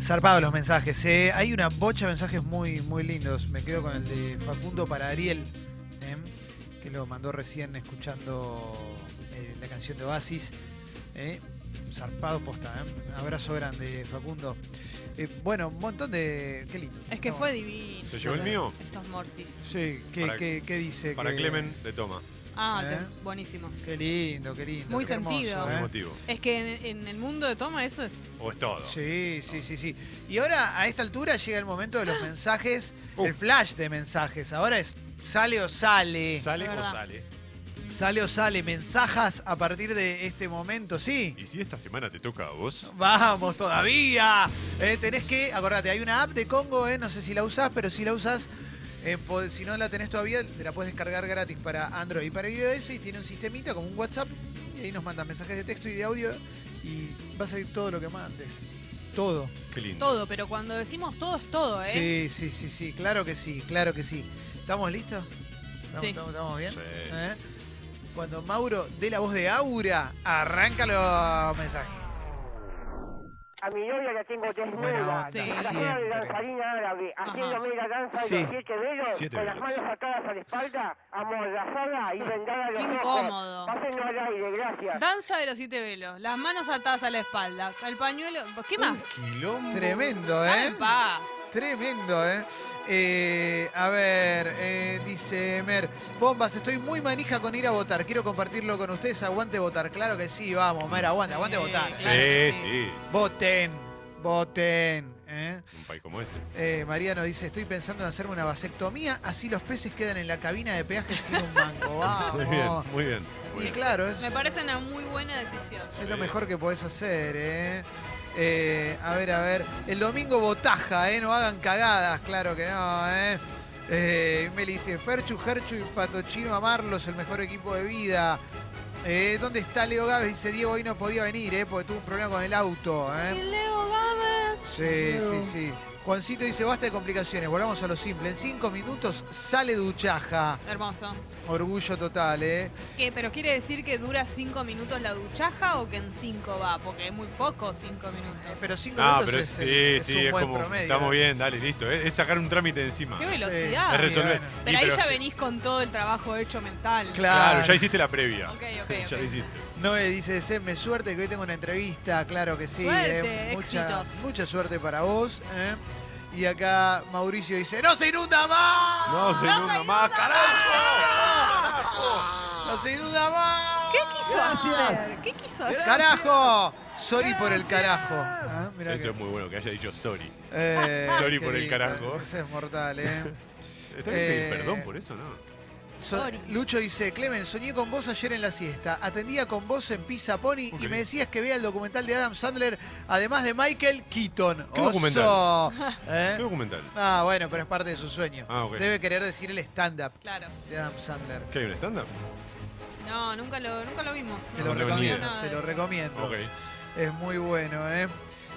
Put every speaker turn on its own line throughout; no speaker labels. Zarpados los mensajes. eh. Hay una bocha de mensajes muy, muy lindos. Me quedo con el de Facundo para Ariel, em, que lo mandó recién escuchando eh, la canción de Oasis. eh. Zarpado posta. em. Abrazo grande, Facundo. Eh, bueno, un montón de... Qué lindo.
Es que
No,
fue divino.
¿Se llevó el mío?
Estos morsis.
Sí, ¿qué,
Para-
qué- qué dice?
Para
que-
Clemen de toma.
Ah,
¿Eh?
te- buenísimo.
Qué lindo, qué lindo.
Muy
qué hermoso,
sentido.
Muy
eh.
emotivo.
Es que en, en el mundo de toma eso es.
O es todo.
Sí, sí, sí, sí. Y ahora a esta altura llega el momento de los mensajes,
Uf.
el flash de mensajes. Ahora es sale o sale.
¿Sale
La
o
verdad.
sale?
sale o sale. Mensajas a partir de este momento, sí.
¿Y si esta semana te toca a vos?
Vamos todavía. Eh, tenés que, acordate, hay una app de Congo, eh, no sé si la usás, pero si la usás, eh, po- si no la tenés todavía, te la puedes descargar gratis para Android y para iOS y tiene un sistemita como un WhatsApp y ahí nos mandan mensajes de texto y de audio y vas a ir todo lo que mandes. Todo.
Qué lindo.
Todo, pero cuando decimos todo es todo,
Sí,
¿eh?
sí, sí, sí, claro que sí, claro que sí. ¿Estamos listos? ¿Estamos,
Sí.
estamos- estamos bien?
Sí.
¿Eh? Cuando Mauro dé la voz de Aura, arranca los mensajes.
A mi novia la tengo
Buena
desnuda.
onda,
Sí.
La zona de
siempre.
danzarina árabe,
Ajá.
haciéndome la danza de
Sí.
los siete dedos,
Siete
con
dedos.
las manos atadas a la espalda, amordazada y vendada a los
Qué
ojos.
incómodo.
Pásenlo al aire, gracias.
Danza de los siete velos, las manos atadas a la espalda, el pañuelo. ¿Qué más?
Quilombo.
Tremendo,
Dame
¿eh?
en paz.
Tremendo, ¿eh? Eh, a ver, eh, dice Mer, bombas, estoy muy manija con ir a votar, quiero compartirlo con ustedes, aguante votar, claro que sí, vamos, Mer, aguante, aguante
Sí,
votar.
claro.
Sí,
que
sí.
Voten, voten, ¿eh?
Un país como este.
Eh, Mariano dice, estoy pensando en hacerme una vasectomía, así los peces quedan en la cabina de peaje sin un mango.
Muy bien,
Vamos.
muy bien. muy
Y
bien.
claro, es,
Me parece una muy buena decisión.
es lo mejor que podés hacer, ¿eh? Eh, a ver, a ver. El domingo botaja, ¿eh? No hagan cagadas, claro que no, ¿eh? Eh, Meli dice, Ferchu, Gerchu y Patochino amarlos, el mejor equipo de vida. Eh, ¿Dónde está Leo Gávez? Dice, Diego hoy no podía venir, ¿eh? Porque tuvo un problema con el auto, ¿eh?
Y Leo Gámez.
Sí, sí, sí. Juancito dice, basta de complicaciones, volvamos a lo simple. En cinco minutos sale duchaja.
Hermoso.
Orgullo total, ¿eh?
¿Qué? ¿Pero quiere decir que dura cinco minutos la duchaja o que en cinco va? Porque es muy poco cinco
Eh,
minutos.
Pero cinco
Ah,
minutos
pero
es,
sí,
el- es
sí,
un
es
buen
como.
promedio. ¿eh?
Estamos bien, dale, listo. Es, es sacar un trámite de encima.
¡Qué
Claro,
velocidad!
Es resolver.
Sí, bueno.
Pero
Y,
ahí
pero-
ya venís con todo el trabajo hecho mental.
Claro,
ya hiciste la previa.
Ok, ok,
Ya
ok.
la hiciste.
Noé dice, Seme, suerte que hoy tengo una entrevista, claro que sí. eh.
Suerte,
mucha,
éxitos.
mucha suerte para vos. ¿eh? Y acá Mauricio dice, ¡No se inunda más!
No, se
no
inunda
se
más,
inunda
carajo.
¡No se inunda más!
¿Qué quiso hacer? ¿Qué quiso hacer?
¡Carajo! Sorry por el carajo. Ah, mirá
Eso
que-
es muy bueno que haya dicho sorry.
Eh,
Sorry
qué
por el
lindo,
carajo.
Ese es mortal, ¿eh?
¿Está bien pedir
Eh,
perdón por eso, no?
So-
Sorry.
Lucho dice, Clemen, soñé con vos ayer en la siesta. Atendía con vos en Pizza Pony
Ok.
y me decías que vea el documental de Adam Sandler, además de Michael Keaton.
¿Qué
Oso.
¿Qué
¿Eh?
documental?
Ah, bueno, pero es parte de su sueño.
Ah, ok.
Debe querer decir el stand-up
Claro.
de Adam Sandler.
¿Qué hay un stand-up?
No, nunca lo, nunca lo vimos.
Te
No
lo
tengo ni
recomiendo,
idea.
te lo recomiendo.
Ok.
Es muy bueno, ¿eh?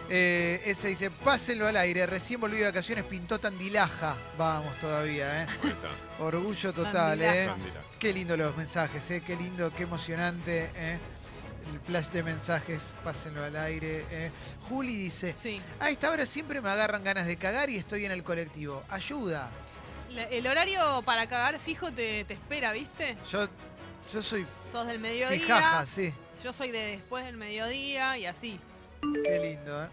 Eh, ese dice, pásenlo al aire, recién volví de vacaciones, pintó Tandilaja. Vamos todavía, ¿eh?
Ahí está.
Orgullo total, ¿eh?
Tandilaja.
Ah, mira.
Qué lindo los mensajes, ¿eh? qué lindo, qué emocionante. ¿eh? El flash de mensajes, pásenlo al aire. ¿eh? Juli dice,
Sí.
a esta hora siempre me agarran ganas de cagar y estoy en el colectivo. Ayuda.
La- El horario para cagar fijo te, te espera, ¿viste?
Yo, yo soy
Sos del mediodía.
fijaja, sí.
Yo soy de después del mediodía y así.
Qué lindo, ¿eh?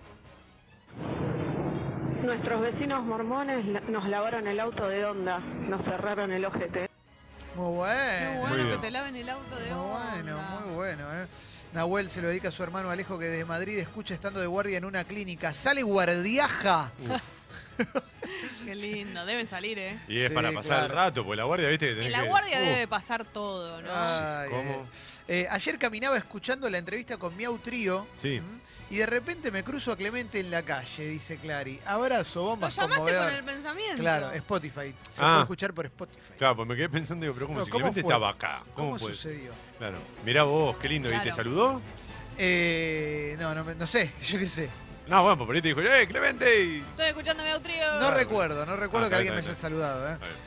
Nuestros vecinos mormones la- nos lavaron el auto de onda, nos cerraron el ojete.
Eh, Muy
Qué
bueno.
bueno
bien.
que te laven el auto de
Muy bueno,
onda.
muy bueno. ¿eh? Nahuel se lo dedica a su hermano Alejo que desde Madrid escucha estando de guardia en una clínica. Sale guardiaja.
Qué lindo. Deben salir, ¿eh?
Y es
Sí,
para pasar
claro.
el rato, porque la guardia, viste, que tenés
En la
que-
guardia
Uh,
debe pasar todo, ¿no?
Ay,
¿Cómo?
Eh, ayer caminaba escuchando la entrevista con Miau Trío.
Sí.
¿m? Y de repente me cruzo a Clemente en la calle, dice Clary. Abrazo,
Lo
bombas
llamaste
conmovedor.
con el pensamiento.
Claro, Spotify. Se
Ah.
puede escuchar por Spotify.
Claro, pues me quedé pensando, digo, pero ¿cómo?
No,
si
¿cómo
Clemente
fue?
estaba acá. ¿Cómo,
¿Cómo
puede ser?
sucedió?
Claro. Mirá vos, qué lindo. ¿Y te
Claro.
saludó?
Eh, no, no, me- no sé, yo qué sé.
No, bueno, pues por ahí te dijo, ¡eh, Clemente! y-
Estoy escuchándome a Utrío.
No recuerdo, no recuerdo
Ah,
que
está bien,
alguien me
está
haya
bien.
saludado. ¿eh?
Está bien.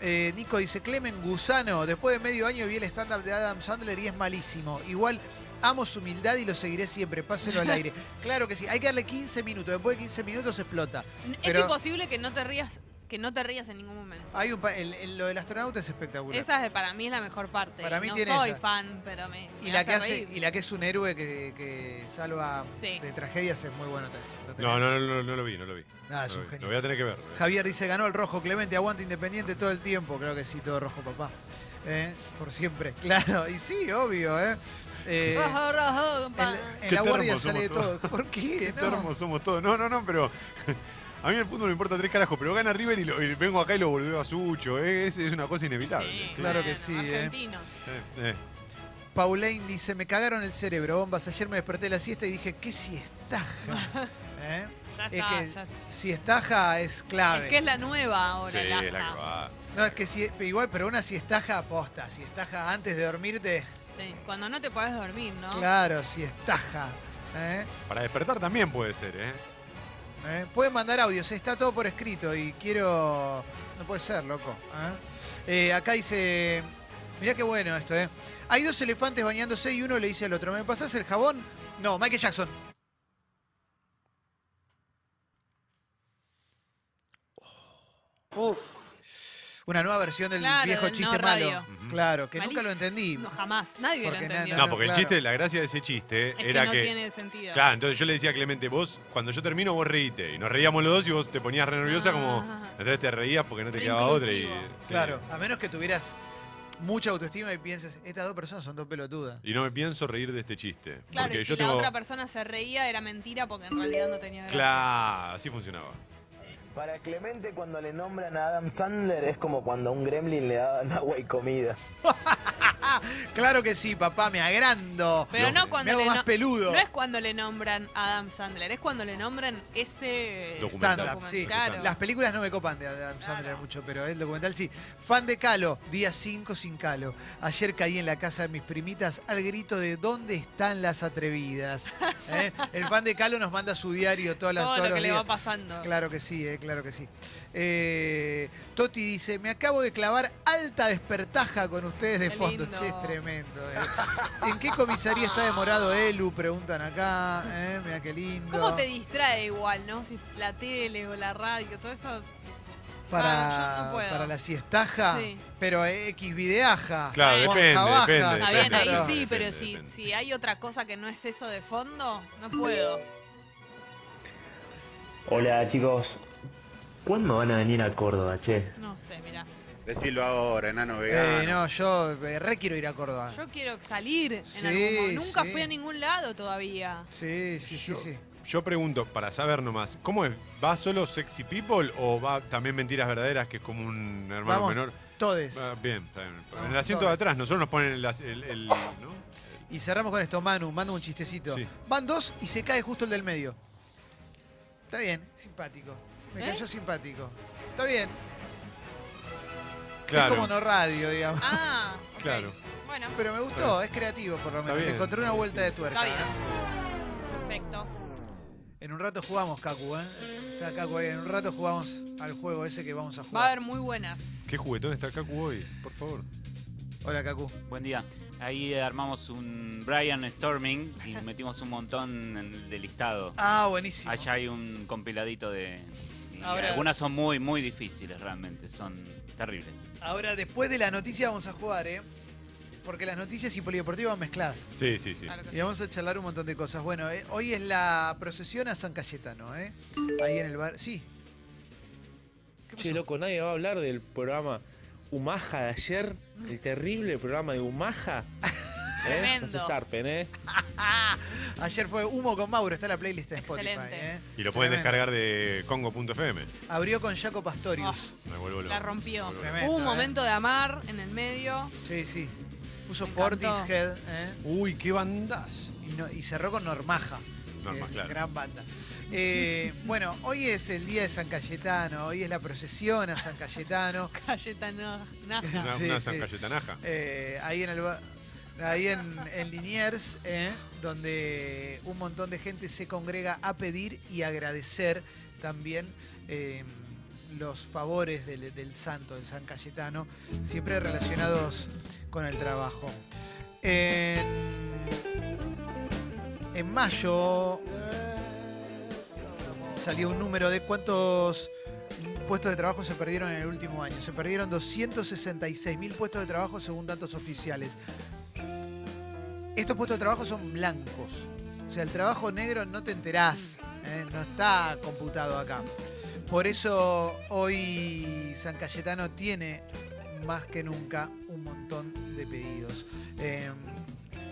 Eh, Nico dice, Clemen Gusano, después de medio año vi el stand-up de Adam Sandler y es malísimo. Igual Amo su humildad y lo seguiré siempre. Páselo al aire. Claro que sí. Hay que darle 15 minutos. Después de 15 minutos explota. Pero-
Es imposible que no te rías, que no te rías en ningún momento.
Hay un pa- el- el- lo del astronauta es espectacular.
Esa es- para mí es la mejor parte.
Para mí
no
tiene
soy
esa.
fan, pero me,
y
me
la que hace,
reír.
y la que es un héroe que, que salva
Sí.
de tragedias es muy bueno. también. Lo tenés.
No, no, no, no, no lo vi, no lo vi.
Nada,
No
Ah, es
lo,
un
vi.
genio.
Lo voy a tener que ver.
Javier dice, ganó el rojo, Clemente, aguanta Independiente todo el tiempo. Creo que sí, todo rojo, papá. Eh, Por siempre, claro. Y sí, obvio, ¿eh? Eh,
Rojo, rojo,
en
compa.
la- en
Qué
la guardia
termos
sale de
somos
todo. ¿Por qué?
Qué
No.
termos somos todos. No, no, no, pero. A mí el fútbol me importa tres carajos, pero gana River y, lo- y vengo acá y lo volveo a Sucho. eh, Es, es una cosa inevitable.
Sí,
sí.
Claro que
bueno,
sí, eh.
Argentinos.
Eh, eh.
Pauline dice, me cagaron el cerebro, bombas. Ayer me desperté de la siesta y dije, ¿qué siestaja? ¿Eh?
Ya
Es
está,
que-
ya está.
Siestaja es clave.
Es que es la nueva ahora.
Sí,
la
es la
AFA.
que va.
No, es que si- igual, pero una siestaja aposta. Siestaja antes de dormirte.
Sí, Cuando no te podés dormir, ¿no?
Claro, siestaja. ¿Eh?
Para despertar también puede ser, ¿eh?
¿Eh? Pueden mandar audios, está todo por escrito y quiero. No puede ser, loco. ¿eh? Eh, acá dice. Mirá qué bueno esto, ¿eh? Hay dos elefantes bañándose y uno le dice al otro: ¿Me pasás el jabón? No, Michael Jackson. Una nueva versión del
Claro,
viejo
del
chiste
no
malo.
radio.
Ujú.
Claro, que nunca
Malísimo,
lo entendí.
jamás. Nadie
Porque
lo
na-
entendió.
na-
No, porque
claro.
el chiste, la gracia de ese chiste
es
era
que no
que.
tiene sentido.
Claro, entonces yo le decía a Clemente, vos, cuando yo termino, vos reíte. Y nos reíamos los dos y vos te ponías re nerviosa, como.
Ah.
Entonces te reías porque no te
Re
quedaba otra. Y,
inclusivo.
sí.
Claro, a menos que tuvieras mucha autoestima y pienses: estas dos personas son dos pelotudas.
Y no me pienso reír de este chiste.
Claro,
porque
y si
yo
la
tengo.
otra persona se reía era mentira porque en realidad no tenía gracia.
Claro, así funcionaba.
Para Clemente cuando le nombran a Adam Sandler es como cuando a un gremlin le dan agua y comida.
Claro que sí, papá, me agrando.
Pero
No,
no,
me
me
cuando
hago
le
más
no-
peludo.
no es cuando le nombran a Adam Sandler, es cuando le nombran ese
Documental.
Stand-up, sí.
Claro.
Las películas no me copan de Adam Sandler
Claro.
mucho, pero el documental sí. Fan de Calo, día 5 sin Calo. Ayer caí en la casa de mis primitas al grito de ¿Dónde están las atrevidas? ¿Eh? El fan de Calo nos manda su diario todas las,
todo
todos
lo
los
que le
días.
va pasando.
Claro que sí, eh, claro que sí. Eh, Toti dice, me acabo de clavar alta despertaja con ustedes de
Qué
fondo.
lindo.
Che, es tremendo. eh. ¿En qué comisaría está demorado Elu? Preguntan acá. Eh, mira qué lindo.
¿Cómo te distrae igual, no? Si la tele o la radio, todo eso.
para,
Ah, yo no puedo.
para la siestaja,
Sí.
pero eh, X videaja.
Claro,
Monja
depende,
baja.
depende,
Está bien,
depende,
ahí
Claro.
sí,
depende,
pero si,
depende.
si hay otra cosa que no es eso de fondo, no puedo.
Hola chicos, ¿cuándo van a venir a Córdoba, che?
No sé, mira.
Decilo ahora, enano vegano.
Eh, no, yo eh, re quiero ir a Córdoba.
Yo quiero salir en
Sí,
algún momento. Nunca
sí.
fui a ningún lado todavía.
Sí, sí, sí,
Yo-
sí.
Yo pregunto, para saber nomás, ¿cómo es? ¿Va solo Sexy People o va también Mentiras Verdaderas, que es como un hermano
Vamos.
menor?
Todes.
Ah, bien, está bien. En
Vamos,
el asiento
todo.
de atrás, nosotros nos ponen el. as- el- el- ¿no?
Y cerramos con esto, Manu, manda un chistecito.
Sí.
Van dos y se cae justo el del medio. Está bien, simpático. Me
¿Eh?
cayó simpático. Está bien. Es como
Claro.
no radio, digamos.
Ah, ok.
Claro.
Bueno,
Pero me gustó, es creativo por lo
Está
menos. Le
bien.
encontré una vuelta de
está
tuerca.
bien.
¿eh?
Perfecto.
En un rato jugamos, Cacu, ¿eh? Está Cacu ahí. En un rato jugamos al juego ese que vamos a
Va a
jugar.
haber muy buenas.
¿Qué juguetón está Kaku hoy? Por favor.
Hola, Cacu.
Buen día. Ahí armamos un Brian Storming y metimos un montón en el de listado.
Ah, buenísimo.
Allá hay un compiladito de... y
Ahora-
algunas son muy, muy difíciles realmente, son terribles.
Ahora, después de la noticia vamos a jugar, ¿eh? Porque las noticias y polideportivo van mezcladas.
Sí, sí, sí.
Claro que
Y vamos a charlar un montón de cosas. Bueno, eh, hoy es la procesión a San Cayetano, ¿eh? Ahí en el bar. Sí. ¿Qué pasó?
Che, loco, nadie va a hablar del programa Humaja de ayer, el terrible programa de Humaja. ¿Eh?
Tremendo.
No se zarpen, ¿eh?
Ayer fue Humo con Mauro, está la playlist en Spotify.
Excelente.
¿eh?
Y lo pueden
Tremendo.
descargar de congo.fm.
Abrió con Jaco Pastorius.
Ah.
Me vuelvo loco.
La rompió.
Me vuelvo loco.
Tremendo,
Hubo un
¿eh?
momento de amar en el medio.
Sí, sí. Puso
Me encantó.
Portishead, ¿eh?
Uy, qué bandas.
Y, no- y cerró con Normaja.
Norma,
que es
claro.
Gran banda. Eh, bueno, hoy es el día de San Cayetano, hoy es la procesión a San Cayetano.
Cayetano
Una,
Sí,
una
sí.
San Cayetanaja.
Eh, ahí en el ba- ahí en, en Liniers, eh, donde un montón de gente se congrega a pedir y agradecer también eh, los favores del, del santo, del San Cayetano, siempre relacionados con el trabajo. En En mayo salió un número de cuántos puestos de trabajo se perdieron en el último año. Se perdieron 266.000 puestos de trabajo según datos oficiales. Estos puestos de trabajo son blancos. O sea, el trabajo negro no te enterás. ¿eh? No está computado acá. Por eso hoy San Cayetano tiene más que nunca un montón de pedidos. Eh,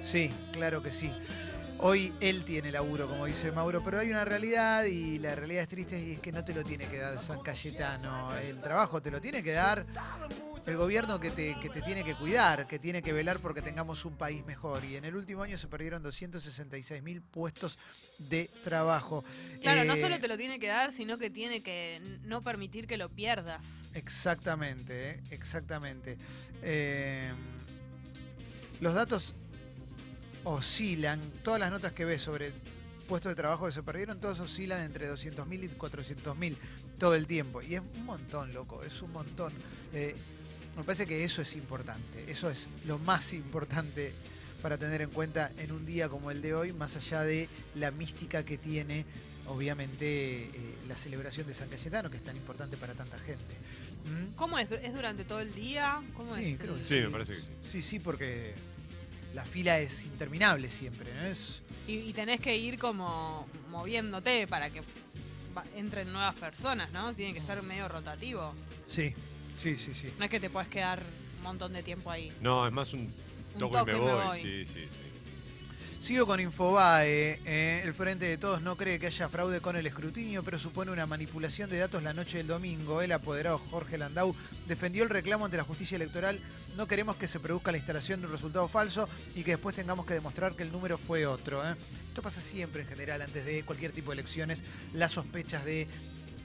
sí, claro que sí. Hoy él tiene laburo, como dice Mauro, pero hay una realidad y la realidad es triste y es que no te lo tiene que dar San Cayetano. El trabajo te lo tiene que dar el gobierno que te, que te tiene que cuidar, que tiene que velar porque tengamos un país mejor. Y en el último año se perdieron 266 mil puestos de trabajo.
Claro, no
Eh,
solo te lo tiene que dar, sino que tiene que n- no permitir que lo pierdas.
Exactamente, ¿eh? exactamente. Eh, los datos oscilan, todas las notas que ves sobre puestos de trabajo que se perdieron, todos oscilan entre 200.000 y 400.000 todo el tiempo. Y es un montón, loco, es un montón. Eh, me parece que eso es importante, eso es lo más importante para tener en cuenta en un día como el de hoy, más allá de la mística que tiene, obviamente, eh, la celebración de San Cayetano, que es tan importante para tanta gente. ¿Mm?
¿Cómo es? ¿Es durante todo el día? ¿Cómo
Sí,
es?
creo que
Sí, me parece que sí.
Sí, sí, porque la fila es interminable siempre, ¿no? Es,
Y, y tenés que ir como moviéndote para que va- entren nuevas personas, ¿no? Tiene que ser medio rotativo.
sí, sí, sí, sí.
No es que te puedas quedar un montón de tiempo ahí.
No, es más un
Un
toco y me voy.
voy.
Sí, sí, sí.
Sigo con Infobae. eh, el Frente de Todos no cree que haya fraude con el escrutinio, pero supone una manipulación de datos la noche del domingo. El apoderado Jorge Landau defendió el reclamo ante la justicia electoral. No queremos que se produzca la instalación de un resultado falso y que después tengamos que demostrar que el número fue otro. ¿eh? Esto pasa siempre en general, antes de cualquier tipo de elecciones, las sospechas de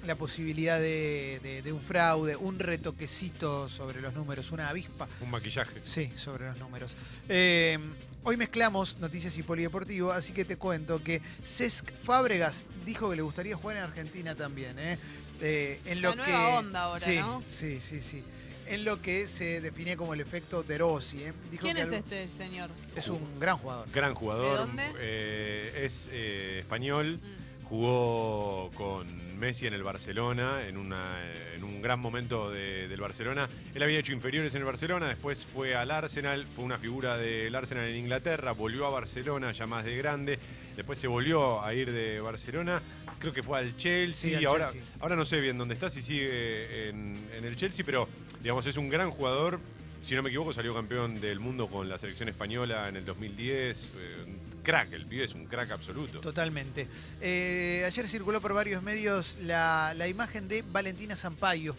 la posibilidad de, de- de un fraude, un retoquecito sobre los números, una avispa
Un maquillaje.
Sí, sobre los números. Eh, hoy mezclamos noticias y polideportivo, así que te cuento que Cesc Fábregas dijo que le gustaría jugar en Argentina también. ¿eh? Eh, en lo
La
que,
nueva onda ahora,
sí,
¿no?
Sí, sí, sí. En lo que se define como el efecto de Rossi. ¿eh? Dijo
¿Quién
que
es
algo-
este señor?
Es un gran jugador.
Gran jugador.
¿De dónde?
eh, es eh, español.
Mm.
Jugó con Messi en el Barcelona, en, una, en un gran momento de- del Barcelona. Él había hecho inferiores en el Barcelona, después fue al Arsenal, fue una figura del Arsenal en Inglaterra, volvió a Barcelona ya más de grande, después se volvió a ir de Barcelona, creo que fue al Chelsea,
Sí, al
ahora,
Chelsea.
ahora no sé bien dónde está, si sigue en, en el Chelsea, pero digamos es un gran jugador. Si no me equivoco, salió campeón del mundo con la selección española en el 2010. eh, un crack, el pibe es un crack absoluto.
Totalmente. Eh, ayer circuló por varios medios la, la imagen de Valentina Sampaio,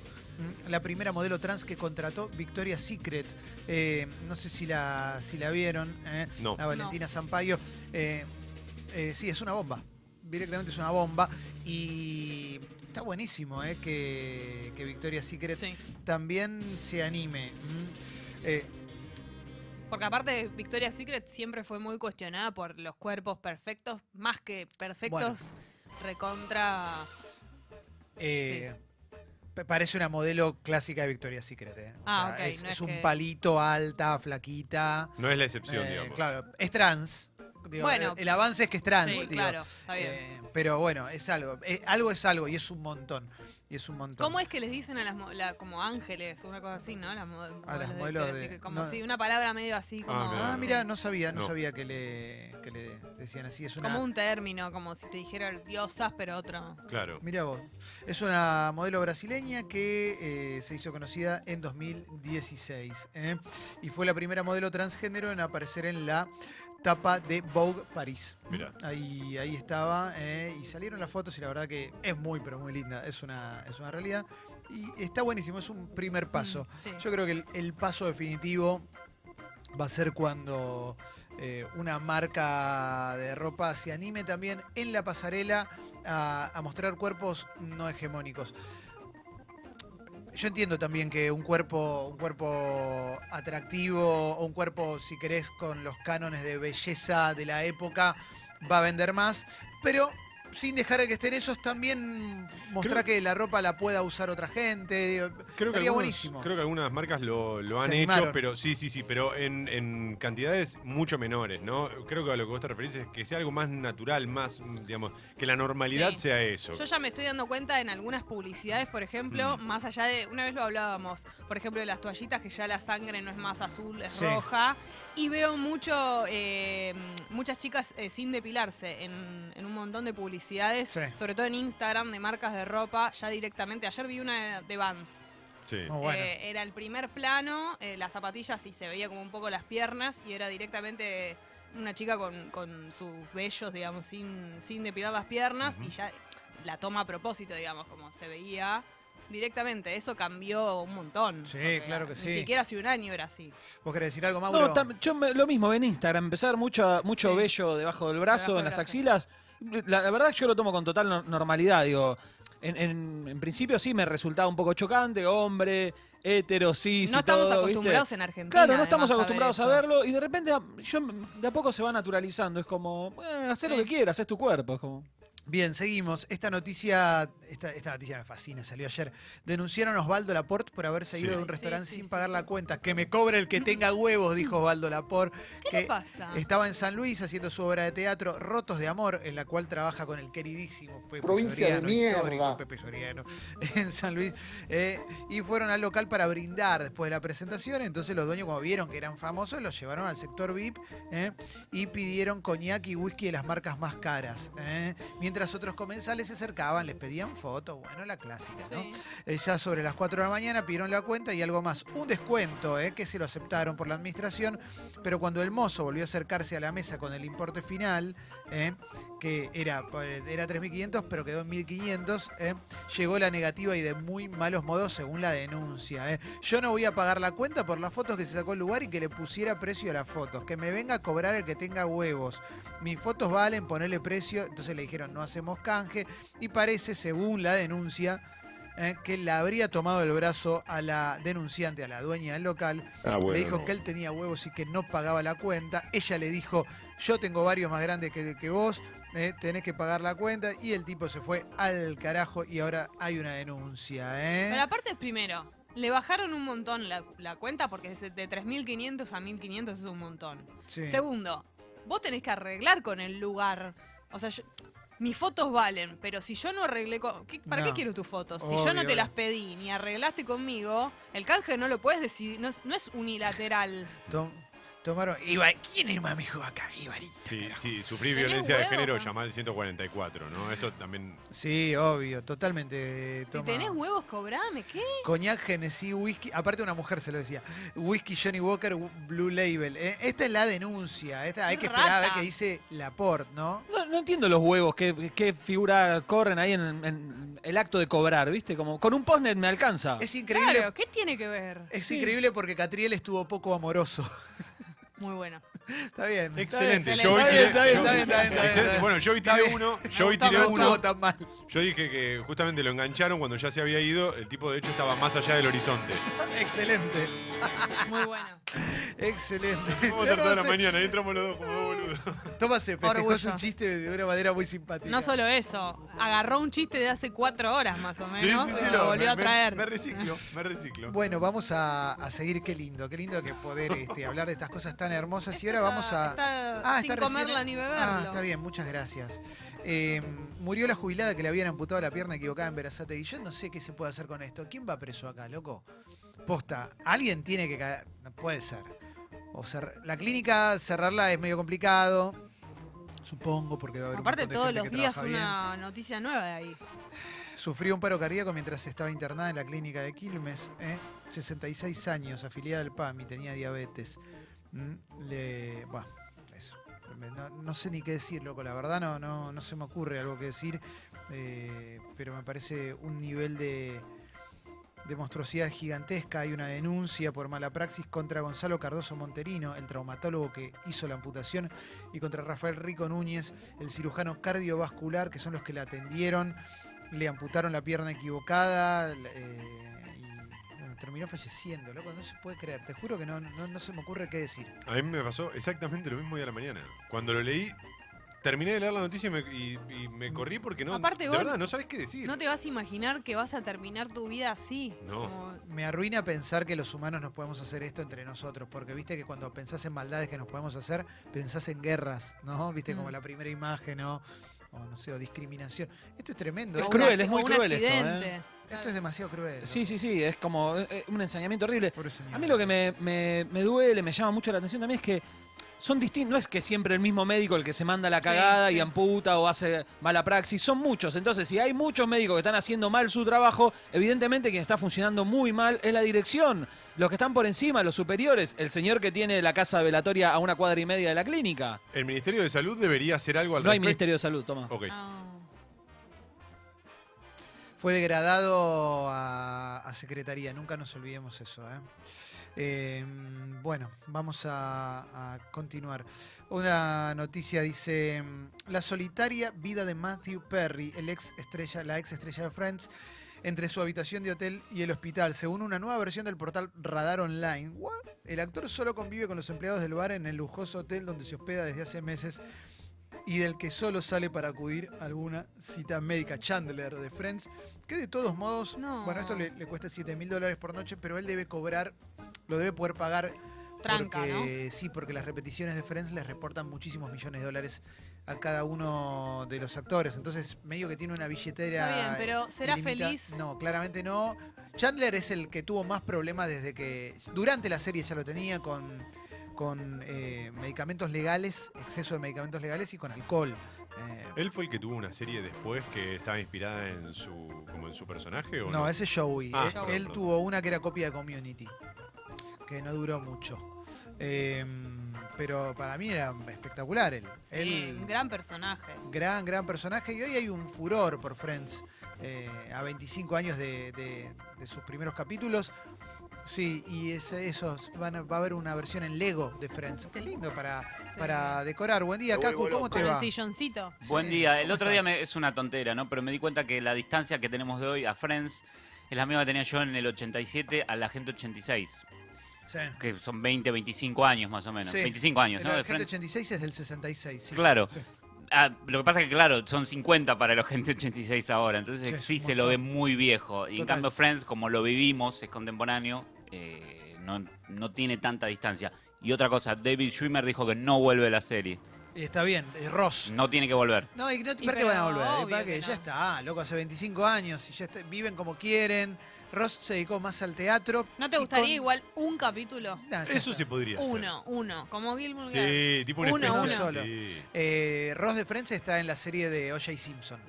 ¿m? la primera modelo trans que contrató Victoria's Secret. Eh, no sé si la, si la vieron, ¿eh?
No.
a Valentina Sampaio. Eh, eh, sí, es una bomba. Directamente es una bomba. Y está buenísimo ¿eh? que, que Victoria's Secret
Sí.
también se anime. ¿m? Eh,
Porque aparte Victoria's Secret siempre fue muy cuestionada por los cuerpos perfectos, más que perfectos, recontra...
Eh, pa- Parece una modelo clásica de Victoria's Secret. eh. O
Ah,
sea,
ok,
Es,
no
es
es
un
que-
palito alta, flaquita.
No es la excepción,
eh,
digamos.
claro, es trans. digo, eh,
Bueno.
el, el avance es que es trans.
Sí,
digo.
claro, está bien.
Eh, pero bueno, es algo. Eh, algo es algo y es un montón. Y es un montón.
¿Cómo es que les dicen a las mo- la- como ángeles, una cosa así, no? Las mo-
A las
de
modelos
Victoria's
de-
Secret, como
no.
si una palabra medio así, como,
Ah,
No,
mira, no sabía, no,
No.
sabía que le, que le decían así. Es una.
como un término, como si te dijera diosas, pero otro.
Claro.
Mira vos, es una modelo brasileña que eh, se hizo conocida en 2016 ¿eh? y fue la primera modelo transgénero en aparecer en la tapa de Vogue París.
Mirá.
Ahí, ahí estaba ¿eh? y salieron las fotos y la verdad que es muy, pero muy linda, es una, es una realidad y está buenísimo, es un primer paso.
Mm, sí.
Yo creo que el, el paso definitivo va a ser cuando eh, una marca de ropa se anime también en la pasarela a, a mostrar cuerpos no hegemónicos. Yo entiendo también que un cuerpo, un cuerpo atractivo o un cuerpo, si querés, con los cánones de belleza de la época, va a vender más, pero sin dejar de que estén esos, también mostrar que la ropa la pueda usar otra gente. digo,
Creo que,
estaría
algunos-
buenísimo.
creo que algunas marcas lo, lo
Se
han
animaron.
hecho, pero sí, sí, sí, pero en, en cantidades mucho menores, ¿no? Creo que a lo que vos te referís es que sea algo más natural, más, mm, digamos, que la normalidad
Sí.
sea eso.
Yo ya me estoy dando cuenta en algunas publicidades, por ejemplo,
Mm.
más allá de, una vez lo hablábamos, por ejemplo, de las toallitas, que ya la sangre no es más azul, es
Sí.
roja. Y veo mucho, eh, muchas chicas eh, sin depilarse en, en un montón de publicidades,
Sí.
sobre todo en Instagram de marcas de ropa, ya directamente. Ayer vi una de Vans.
Sí.
Muy bueno.
Eh, era el primer plano, eh, las zapatillas y se veía como un poco las piernas y era directamente una chica con, con sus vellos, digamos, sin, sin depilar las piernas y ya la toma a propósito, digamos, como se veía directamente. Eso cambió un montón.
Sí,
porque
claro que sí.
Ni siquiera hace un año era así.
¿Vos querés decir algo, Mauro?
No, tam- yo me- lo mismo en Instagram, empezar mucho, mucho
Sí.
vello debajo del
Debajo
brazo,
del
en las
brazo.
axilas. La, la verdad yo lo tomo con total no- normalidad, digo. En, en- en principio sí me resultaba un poco chocante, hombre, hetero, cis y
no estamos
todo, ¿viste?
acostumbrados en Argentina.
Claro, no estamos
además,
acostumbrados a,
ver eso.
verlo y de repente a- yo, de a poco se va naturalizando. Es como, bueno, haz lo
Sí.
que quieras, es tu cuerpo. Es como,
Bien, seguimos. Esta noticia, esta, esta noticia me fascina, salió ayer. Denunciaron a Osvaldo Laporte por haberse
Sí.
ido de
Ay,
un
sí,
restaurante
sí,
sin
sí,
pagar
sí.
la cuenta. Que me cobre el que tenga huevos, dijo Osvaldo Laporte.
¿Qué le pasa?
Estaba en San Luis haciendo su obra de teatro Rotos de Amor, en la cual trabaja con el queridísimo Pepe
Provincia de
Soriano,
mierda.
histórico Pepe Soriano, en San Luis. Eh, y fueron al local para brindar después de la presentación. Entonces los dueños, como vieron que eran famosos, los llevaron al sector VIP eh, y pidieron coñac y whisky de las marcas más caras. eh. Mientras otros comensales se acercaban, les pedían fotos, bueno, la clásica, ¿no?
Sí.
Eh, ya sobre las 4 de la mañana pidieron la cuenta y algo más. Un descuento, eh, que se lo aceptaron por la administración, pero cuando el mozo volvió a acercarse a la mesa con el importe final, eh, que era, eh, era 3.500, pero quedó en 1.500, eh, llegó la negativa y de muy malos modos según la denuncia. eh. Yo no voy a pagar la cuenta por las fotos que se sacó el lugar y que le pusiera precio a las fotos. Que me venga a cobrar el que tenga huevos. Mis fotos valen, ponerle precio. Entonces le dijeron, no hacemos canje. Y parece, según la denuncia, eh, que la habría tomado el brazo a la denunciante, a la dueña del local.
Ah, bueno,
le dijo
no.
que él tenía huevos y que no pagaba la cuenta. Ella le dijo, yo tengo varios más grandes que, que vos, eh, tenés que pagar la cuenta. Y el tipo se fue al carajo y ahora hay una denuncia. ¿eh?
Pero aparte, primero, le bajaron un montón la, la cuenta porque de de 3.500 a 1.500 es un montón.
Sí.
Segundo, vos tenés que arreglar con el lugar. O sea, yo- mis fotos valen, pero si yo no arreglé con... ¿qué- ¿Para qué
No.
quiero tus fotos? si yo no
Obvio,
te las
obvio.
pedí ni arreglaste conmigo, el canje no lo puedes decidir, no es, no es unilateral.
Tom- tomaron. Iba- ¿Quién es más mejor acá? Ibarita.
Sí,
carajo.
sí, sufrí
Tenés
violencia de
huevos,
género,
¿no?
llamar al 144, ¿no? Esto también
Sí, obvio, totalmente. eh,
Si
Toma.
tenés huevos, cobrame, ¿qué?
Coñac, Genesí, whisky. Aparte, una mujer se lo decía. Whisky Johnny Walker, Blue Label. ¿eh? Esta es la denuncia. Esta hay
Qué
que esperar a ver
rata.
qué dice Laporte, ¿no?
no, no entiendo los huevos, qué, qué figura corren ahí en, en el acto de cobrar, ¿viste? Como, con un postnet me
Ah.
alcanza.
Es increíble.
Claro, ¿qué tiene que ver?
Es increíble porque Catriel estuvo poco amoroso.
Muy bueno.
está bien. está bien.
Excelente.
Excelente.
Yo hoy
Está
tiré-
bien, está
bien,
yo-
está bien, está bien, está bien,
excelente.
está bien.
Bueno, yo hoy
Está
tiré
bien.
uno. Yo hoy
gusta,
tiré
me
No estuvo
uno.
tan mal.
Yo dije que justamente lo engancharon cuando ya se había ido. El tipo, de hecho, estaba más allá del horizonte.
Excelente.
Muy bueno.
Excelente.
Vamos a toda la mañana. Ahí entramos los dos como dos boludos.
Toma se festejó
Orgullo.
su chiste de una manera muy simpática.
No solo eso, agarró un chiste de hace cuatro horas más o menos y
no,
lo volvió
me-
a traer.
Me, me reciclo, me reciclo.
Bueno, vamos a, a seguir. Qué lindo, qué lindo que poder este, hablar de estas cosas tan hermosas. y
Este
ahora vamos
está-
a. Ah,
está sin
recién-
comerla ni beberlo.
Ah, está bien, muchas gracias. Eh, murió la jubilada que le habían amputado la pierna equivocada en Verazate. Y yo no sé qué se puede hacer con esto. ¿Quién va preso acá, loco? Posta, alguien tiene que caer. No puede ser. O cer- la clínica, cerrarla es medio complicado. Supongo, porque va a haber un
Aparte
montón de
todos
gente
los
que
días
trabaja bien.
una noticia nueva de ahí.
Sufrió un paro cardíaco mientras estaba internada en la clínica de Quilmes. ¿eh? 66 años, afiliada al PAMI, tenía diabetes. Mm, Le. Bueno, eso. Me- No, no sé ni qué decir, loco. La verdad, no, no, no se me ocurre algo que decir. eh, pero me parece un nivel de. De monstruosidad gigantesca, hay una denuncia por mala praxis contra Gonzalo Cardoso Monterino, el traumatólogo que hizo la amputación, y contra Rafael Rico Núñez, el cirujano cardiovascular, que son los que la atendieron le amputaron la pierna equivocada la- eh, y bueno, terminó falleciendo, loco, no se puede creer, te juro que no, no, no se me ocurre qué decir.
A mí me pasó exactamente lo mismo hoy a la mañana. Cuando lo leí, terminé de leer la noticia y me, y- y me corrí porque no.
Aparte,
de
vos-
verdad, no sabés qué decir.
No te vas a imaginar que vas a terminar tu vida así.
No.
como-
Me arruina pensar que los humanos nos podemos hacer esto entre nosotros, porque viste que cuando pensás en maldades que nos podemos hacer, pensás en guerras, ¿no? Viste como
Mm.
la primera imagen o, o no sé, o discriminación. Esto es tremendo.
Es
¿eh?
o un
cruel,
acci-
es muy
o un
cruel esto, ¿eh?
accidente.
Esto es demasiado cruel.
Sí, sí, sí, es como eh, eh, un ensañamiento horrible.
Pobre señor.
A mí lo que me, me- me duele, me llama mucho la atención también es que son distintos. No es que siempre el mismo médico el que se manda la cagada
sí.
y amputa o hace mala praxis. Son muchos. Entonces, si hay muchos médicos que están haciendo mal su trabajo, evidentemente quien está funcionando muy mal es la dirección. Los que están por encima, los superiores. El señor que tiene la casa velatoria a una cuadra y media de la clínica.
El Ministerio de Salud debería hacer algo al
No hay
respecto.
Ministerio de Salud, toma.
Ok.
Ah.
Fue degradado a, a secretaría, nunca nos olvidemos eso. ¿eh? Eh, bueno, vamos a, a continuar. Una noticia dice, mm, la solitaria vida de Matthew Perry, el ex estrella, la ex estrella de Friends, entre su habitación de hotel y el hospital. Según una nueva versión del portal Radar Online, ¿What? el actor solo convive con los empleados del bar en el lujoso hotel donde se hospeda desde hace meses y del que solo sale para acudir a alguna cita médica. Chandler de Friends, que de todos modos,
No.
bueno, esto le, le cuesta 7 mil dólares por noche, pero él debe cobrar, lo debe poder pagar.
Tranca,
porque, Sí, porque las repeticiones de Friends les reportan muchísimos millones de dólares a cada uno de los actores. Entonces, medio que tiene una billetera.
Está bien, pero
eh,
¿será
ilimitada.
feliz?
No, claramente no. Chandler es el que tuvo más problemas desde que. Durante la serie ya lo tenía con con eh, medicamentos legales, exceso de medicamentos legales y con alcohol. Eh,
¿Él fue el que tuvo una serie después que estaba inspirada en su, como en su personaje o
no,
no?
ese es Joey.
Ah,
Eh,
perdón,
él
perdón.
tuvo una que era copia de Community, que no duró mucho. Eh, pero para mí era espectacular él.
Sí,
Él-
un gran personaje.
gran, gran personaje. Y hoy hay un furor por Friends eh, a 25 años de, de- de sus primeros capítulos. Sí, y es- esos van a- va a haber una versión en Lego de Friends. Qué lindo para, para decorar. Buen día,
Me
Cacu,
vuelvo
¿cómo
loco.
te
Con el
va?
silloncito.
Buen
Sí,
día. El
¿cómo
otro día
estás?
me- es una tontera, ¿no? Pero me di cuenta que la distancia que tenemos de hoy a Friends es la misma que tenía yo en el 87 a la gente 86,
Sí.
que son 20, 25 años más o menos.
Sí. Eh,
25 años,
La
¿no? De
gente
Friends.
86 es del 66. sí.
Claro.
Sí.
Ah, lo que pasa es que, claro, son 50 para la gente 86 ahora, entonces
Sí, es
sí
un
se lo ve
montón.
muy viejo. Y en
Total.
cambio, Friends, como lo vivimos, es contemporáneo, eh, no, no tiene tanta distancia. Y otra cosa, David Schwimmer dijo que no vuelve la serie.
Y está bien, es Ross.
No tiene que volver.
No, y no te
Y
parece que
pero
van a volver.
obvio
y para
que
que
no.
ya está, ah, loco, hace 25 años y ya está- viven como quieren. Ross se dedicó más al teatro.
¿No te
y
gustaría
con-
igual un capítulo?
Nah, ya
Eso
está.
se podría hacer.
Uno, uno. Como Gilmore
Sí,
Girls.
tipo una
uno,
especie
uno.
solo.
sí.
Eh, Ross de Friends está en la serie de O.J. Simpson,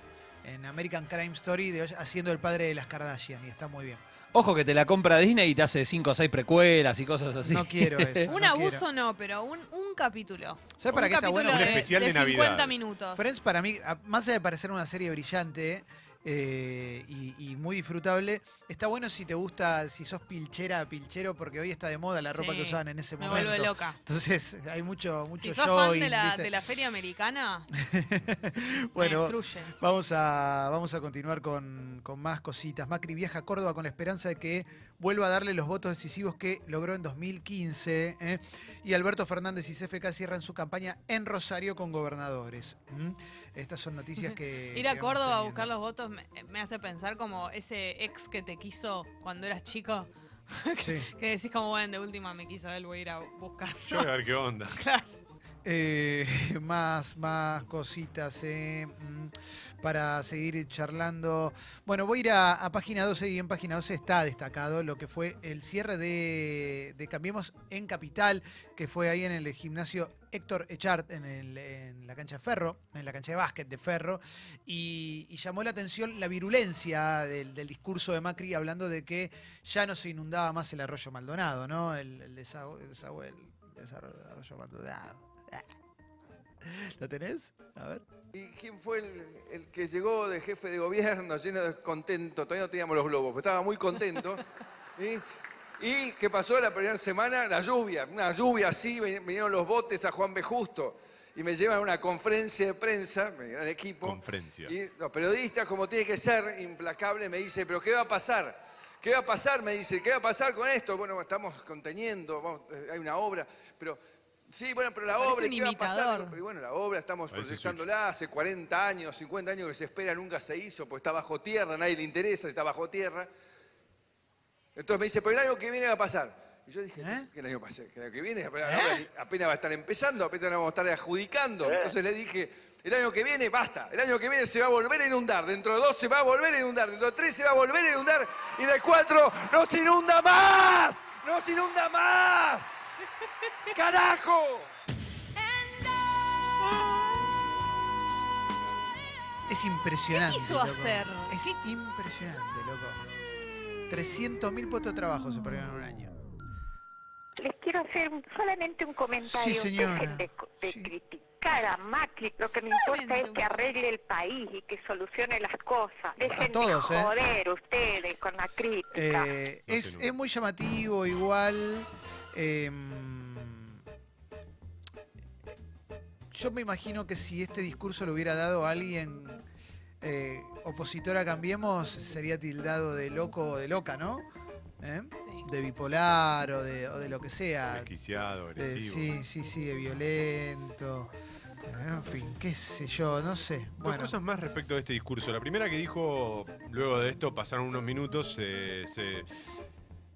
en American Crime Story, de O.J. haciendo el padre de las Kardashian, y está muy bien.
Ojo que te la compra Disney y te hace 5 o 6 precuelas y cosas así.
No quiero eso.
Un
no
abuso
quiero.
no, pero un, un capítulo.
¿Sabes para
un
qué está
capítulo
bueno?
Un
de,
especial de
de
Navidad.
50 minutos.
Friends, para mí, a- más allá de parecer una serie brillante eh, y, y muy disfrutable, está bueno si te gusta, si sos pilchera, pilchero, porque hoy está de moda la ropa
Sí,
que usaban en ese
Me
momento.
vuelve loca.
Entonces, hay mucho, mucho
Si sos fan de
showing,
la,
¿viste?
de la feria americana, me
Bueno,
destruye.
Vamos a, vamos a continuar con, con más cositas. Macri viaja a Córdoba con la esperanza de que vuelva a darle los votos decisivos que logró en 2015. ¿eh? Y Alberto Fernández y CFK cierran su campaña en Rosario con gobernadores. ¿m? Estas son noticias que...
Ir a
que vamos
Córdoba a
teniendo.
buscar los votos me, me hace pensar como ese ex que te quiso cuando eras chico.
Sí.
Que decís como, bueno, de última me quiso él, voy a ir a buscar.
Yo voy a ver qué onda.
Eh, más, más cositas eh, mm, para seguir charlando. Bueno, voy a ir a, a página 12 y en página 12 está destacado lo que fue el cierre de, de Cambiemos en Capital, que fue ahí en el gimnasio Héctor Echart, en, el- en la cancha de Ferro, en la cancha de básquet de Ferro, y, y llamó la atención la virulencia del, del discurso de Macri hablando de que ya no se inundaba más el arroyo Maldonado, ¿no? El, el desagüe, el desagüe- el desarrollo del arroyo Maldonado. ¿Lo tenés? A ver.
¿Y quién fue el, el que llegó de jefe de gobierno lleno de descontento? Todavía no teníamos los globos, pero estaba muy contento. ¿Y, y qué pasó la primera semana? La lluvia, una lluvia así, ven- vinieron los botes a Juan B. Justo y me llevan a una conferencia de prensa, me gran equipo.
Conferencia.
Y los periodistas, como tiene que ser, implacables, me dicen, pero ¿qué va a pasar? ¿Qué va a pasar? Me dice, ¿qué va a pasar con esto? Bueno, estamos conteniendo, vamos, eh, hay una obra, pero Sí, bueno, pero la
Parece
obra,
un
¿y ¿qué va a pasar?
imitador.
Pero bueno, la obra estamos
Parece
proyectándola hace 40 años, 50 años que se espera, nunca se hizo, pues está bajo tierra, nadie le interesa, está bajo tierra. Entonces me dice, pero el año que viene va a pasar. Y yo dije, ¿qué el año pasa? ¿Que el año que viene? Pero la obra
¿Eh?
Apenas va a estar empezando, apenas la vamos a estar adjudicando. Entonces le dije, el año que viene basta, el año que viene se va a volver a inundar, dentro de dos se va a volver a inundar, dentro de tres se va a volver a inundar y de cuatro no se inunda más, no se inunda más. ¡Carajo!
Es impresionante.
¿Qué quiso
loco.
hacer?
Es impresionante, loco. 300.000 puestos de trabajo se perdieron en un año.
Les quiero hacer un- solamente un comentario.
Sí, señora.
Dejen de, co- de criticar a Macri. Lo que me importa es que arregle el país y que solucione las cosas. Dejen
todos,
de
¿eh?
joder ustedes con la crítica.
Eh, es, es muy llamativo, igual. em, yo me imagino que si este discurso lo hubiera dado alguien eh, opositor a Cambiemos, sería tildado de loco o de loca, ¿no? ¿Eh? De bipolar o de, o de lo que sea.
Desquiciado,
De-
agresivo.
Eh, sí, sí, sí, de violento. Eh, En fin, qué sé yo, no sé.
Dos
Bueno,
cosas más respecto de este discurso. La primera que dijo, luego de esto pasaron unos minutos, eh, se,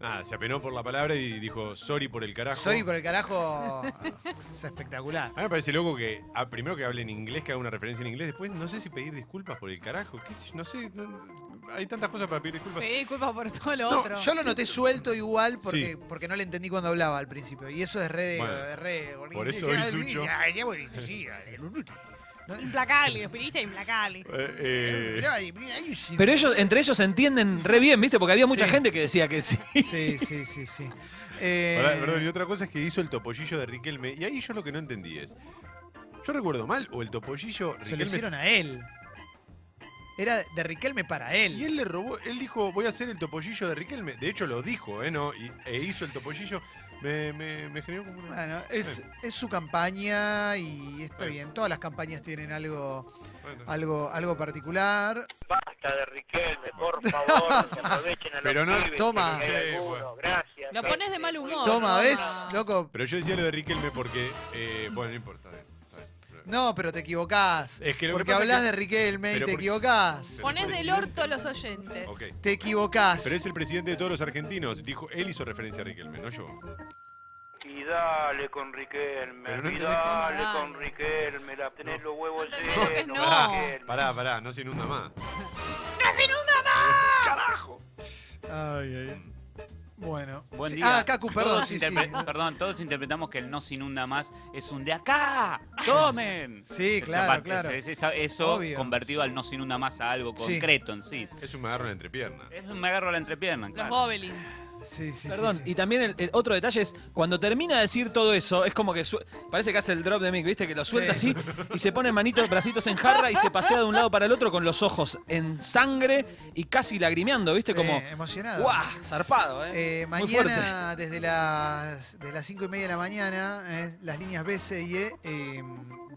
nada, se apenó por la palabra y dijo, sorry por el carajo.
sorry por el carajo. es espectacular.
A mí me parece loco que ah, primero que hable en inglés, que haga una referencia en inglés, después no sé si pedir disculpas por el carajo, qué sé yo, no sé, no- hay tantas cosas para pedir disculpas.
Pedí disculpas por todo lo
No,
otro.
yo lo noté suelto igual porque,
Sí.
porque no le entendí cuando hablaba al principio. Y eso es re. de-
Bueno,
es re bonito.
por eso hoy
Ya,
Sucho-
ya, ya, bueno, sí, eh, el bonito.
Implacable, los periodistas implacables.
Eh,
Ya, y mira, ahí sí.
Pero ellos, entre ellos se entienden re bien, ¿viste? Porque había mucha
Sí.
gente que decía que sí.
Sí, sí, sí, sí. Eh,
Pará, perdón, y otra cosa es que hizo el topollillo de Riquelme, y ahí yo lo que no entendí es, ¿yo recuerdo mal o el topollillo
se lo
Riquelme
hicieron a él. Era de Riquelme para él.
Y él le robó, él dijo, voy a hacer el topollillo de Riquelme. De hecho, lo dijo, ¿eh? ¿No? Y, e hizo el topollillo. Me, me, me generó como una...
Bueno, es, es su campaña y está bien. Todas las campañas tienen algo, algo, algo particular.
Basta de Riquelme, por favor, no se aprovechen a los
Pero no-
pibes,
Toma.
que hay
Sí,
algunos,
bueno.
gracias.
Lo pones de mal humor.
Toma,
Oh, ¿no?
¿ves? Loco.
Pero yo decía lo de Riquelme porque... eh, bueno, no importa. eh, está bien.
No, pero te equivocás.
Es que lo que
porque
pasa es
hablas
que-
de Riquelme y
Pero
te
porque-
equivocás.
Pones del orto a los oyentes.
Ok.
Te equivocás.
Pero es el presidente de todos los argentinos. Dijo, él hizo referencia a Riquelme, no yo.
Y dale con Riquelme,
Pero no
y
entendés que-
dale
Dale.
con Riquelme, la tenés los huevos
entendés lo que es
llenos,
no.
Riquelme.
Pará, pará, no se inunda más.
Ay, ay. Bueno.
Buen
Sí,
día.
Ah, Cacu, perdón,
Todos
sí, sí.
interpre- Perdón, todos interpretamos que el no se inunda más es un de acá, tomen.
Sí,
Esa
claro,
parte,
claro.
es- es- eso
Obvio.
convertido al no se inunda más a algo
Sí.
concreto en sí.
Es un me agarro en la entrepierna.
Es un me agarro la entrepierna.
Los
claro.
gobelins.
Sí, sí,
Perdón,
sí, sí.
y también el, el otro detalle es, cuando termina de decir todo eso, es como que su- parece que hace el drop de mic, ¿viste? Que lo suelta
Sí.
así y se pone manitos, bracitos en jarra y se pasea de un lado para el otro con los ojos en sangre y casi lagrimeando, ¿viste?
Sí,
como,
emocionado.
¡guau! Zarpado, ¿eh?
Eh,
Muy fuerte.
mañana, desde las, de las 5 y media de la mañana, eh, las líneas B, C y E eh,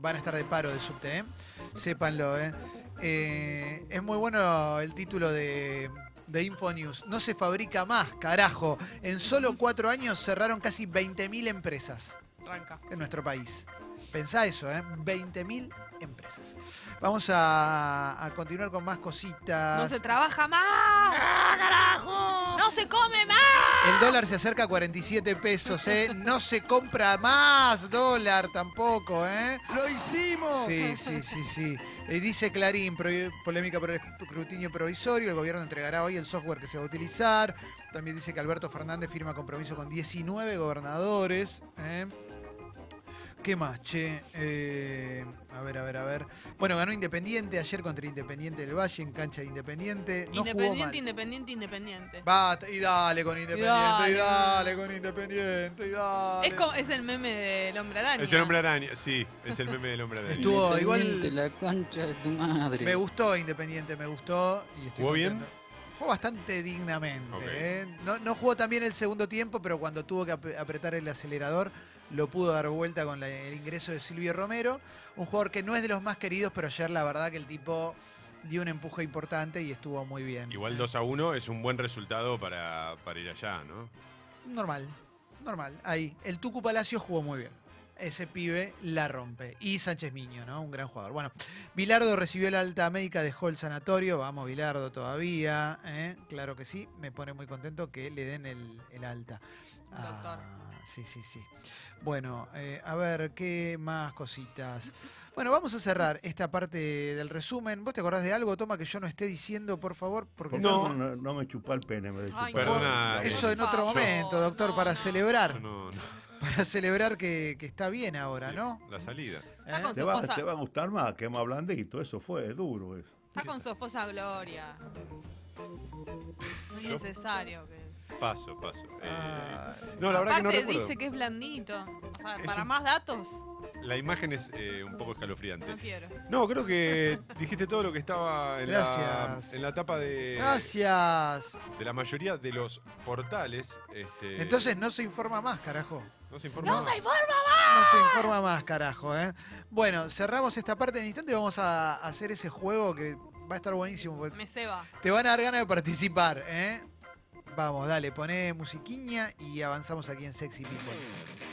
van a estar de paro de subte, ¿eh? Sépanlo, ¿eh? Eh, Es muy bueno el título de, de Infonews. No se fabrica más, carajo. En solo cuatro años cerraron casi 20.000 empresas
Tranca.
en nuestro país. Pensá eso, ¿eh? 20.000 empresas. Vamos a, a continuar con más cositas.
No se trabaja más.
¡Ah,
carajo! ¡No se come más!
El dólar se acerca a 47 pesos, ¿eh? No se compra más dólar tampoco, ¿eh?
¡Lo hicimos!
Sí, sí, sí, sí. Eh, dice Clarín, pro- polémica por el escrutinio provisorio, el gobierno entregará hoy el software que se va a utilizar. También dice que Alberto Fernández firma compromiso con 19 gobernadores, ¿eh? ¿Qué más, che? Eh, a ver, a ver, a ver. Bueno, ganó Independiente ayer contra Independiente del Valle en cancha de Independiente. No jugó mal.
Independiente, independiente, independiente.
Basta, y dale con Independiente,
dale.
y dale con Independiente, y dale.
Es, como- es el meme del hombre araña.
Es el hombre araña, sí, es el meme del hombre araña.
Estuvo igual.
La cancha de tu madre.
Me gustó Independiente, me gustó. Y estoy
¿Jugó bien?
contento. Jugó bastante dignamente.
Ok.
¿eh? No, no jugó tan bien el segundo tiempo, pero cuando tuvo que ap- apretar el acelerador, lo pudo dar vuelta con la- el ingreso de Silvio Romero. Un jugador que no es de los más queridos, pero ayer la verdad que el tipo dio un empuje importante y estuvo muy bien.
Igual 2 a 1 es un buen resultado para, para ir allá, ¿no?
Normal, normal. Ahí. El Tucu Palacio jugó muy bien. ese pibe la rompe. Y Sánchez Miño, ¿no? Un gran jugador. Bueno, Bilardo recibió el alta médica, dejó el sanatorio. Vamos, Bilardo todavía. ¿eh? Claro que sí. Me pone muy contento que le den el, el alta.
Doctor.
Ah, sí, sí, sí. Bueno, eh, a ver, ¿qué más cositas? Bueno, vamos a cerrar esta parte del resumen. ¿Vos te acordás de algo, Toma, que yo no esté diciendo, por favor? Porque
No, no, no me chupá el pene. Me
Ay,
chupá el-
Perdona.
Ah,
la
Eso en
boca.
otro momento, doctor, para celebrar.
No, no,
Para celebrar que, que está bien ahora, ¿no?
la salida.
Está con
Te
su
va,
esposa,
te va a gustar más, que más blandito. Eso fue duro. Eso.
está con su esposa Gloria. No es
Yo-
necesario que.
Paso, paso. Eh,
Ah.
no, la verdad que no
Aparte
recuerdo.
dice que es blandito. O sea,
Es
para
un-
más datos,
La imagen es eh, un poco escalofriante.
no quiero.
No, creo que dijiste todo lo que estaba en, la,
Gracias.
en la tapa de,
Gracias.
de la mayoría de los portales. este,
Entonces no se informa más, carajo.
no se informa. más.
No se informa más, carajo, ¿eh? Bueno, cerramos esta parte en instante. Vamos a hacer ese juego que va a estar buenísimo. porque
Me ceba.
Te van a dar ganas de participar, ¿eh? Vamos, dale, poné musiquiña y avanzamos aquí en Sexy People.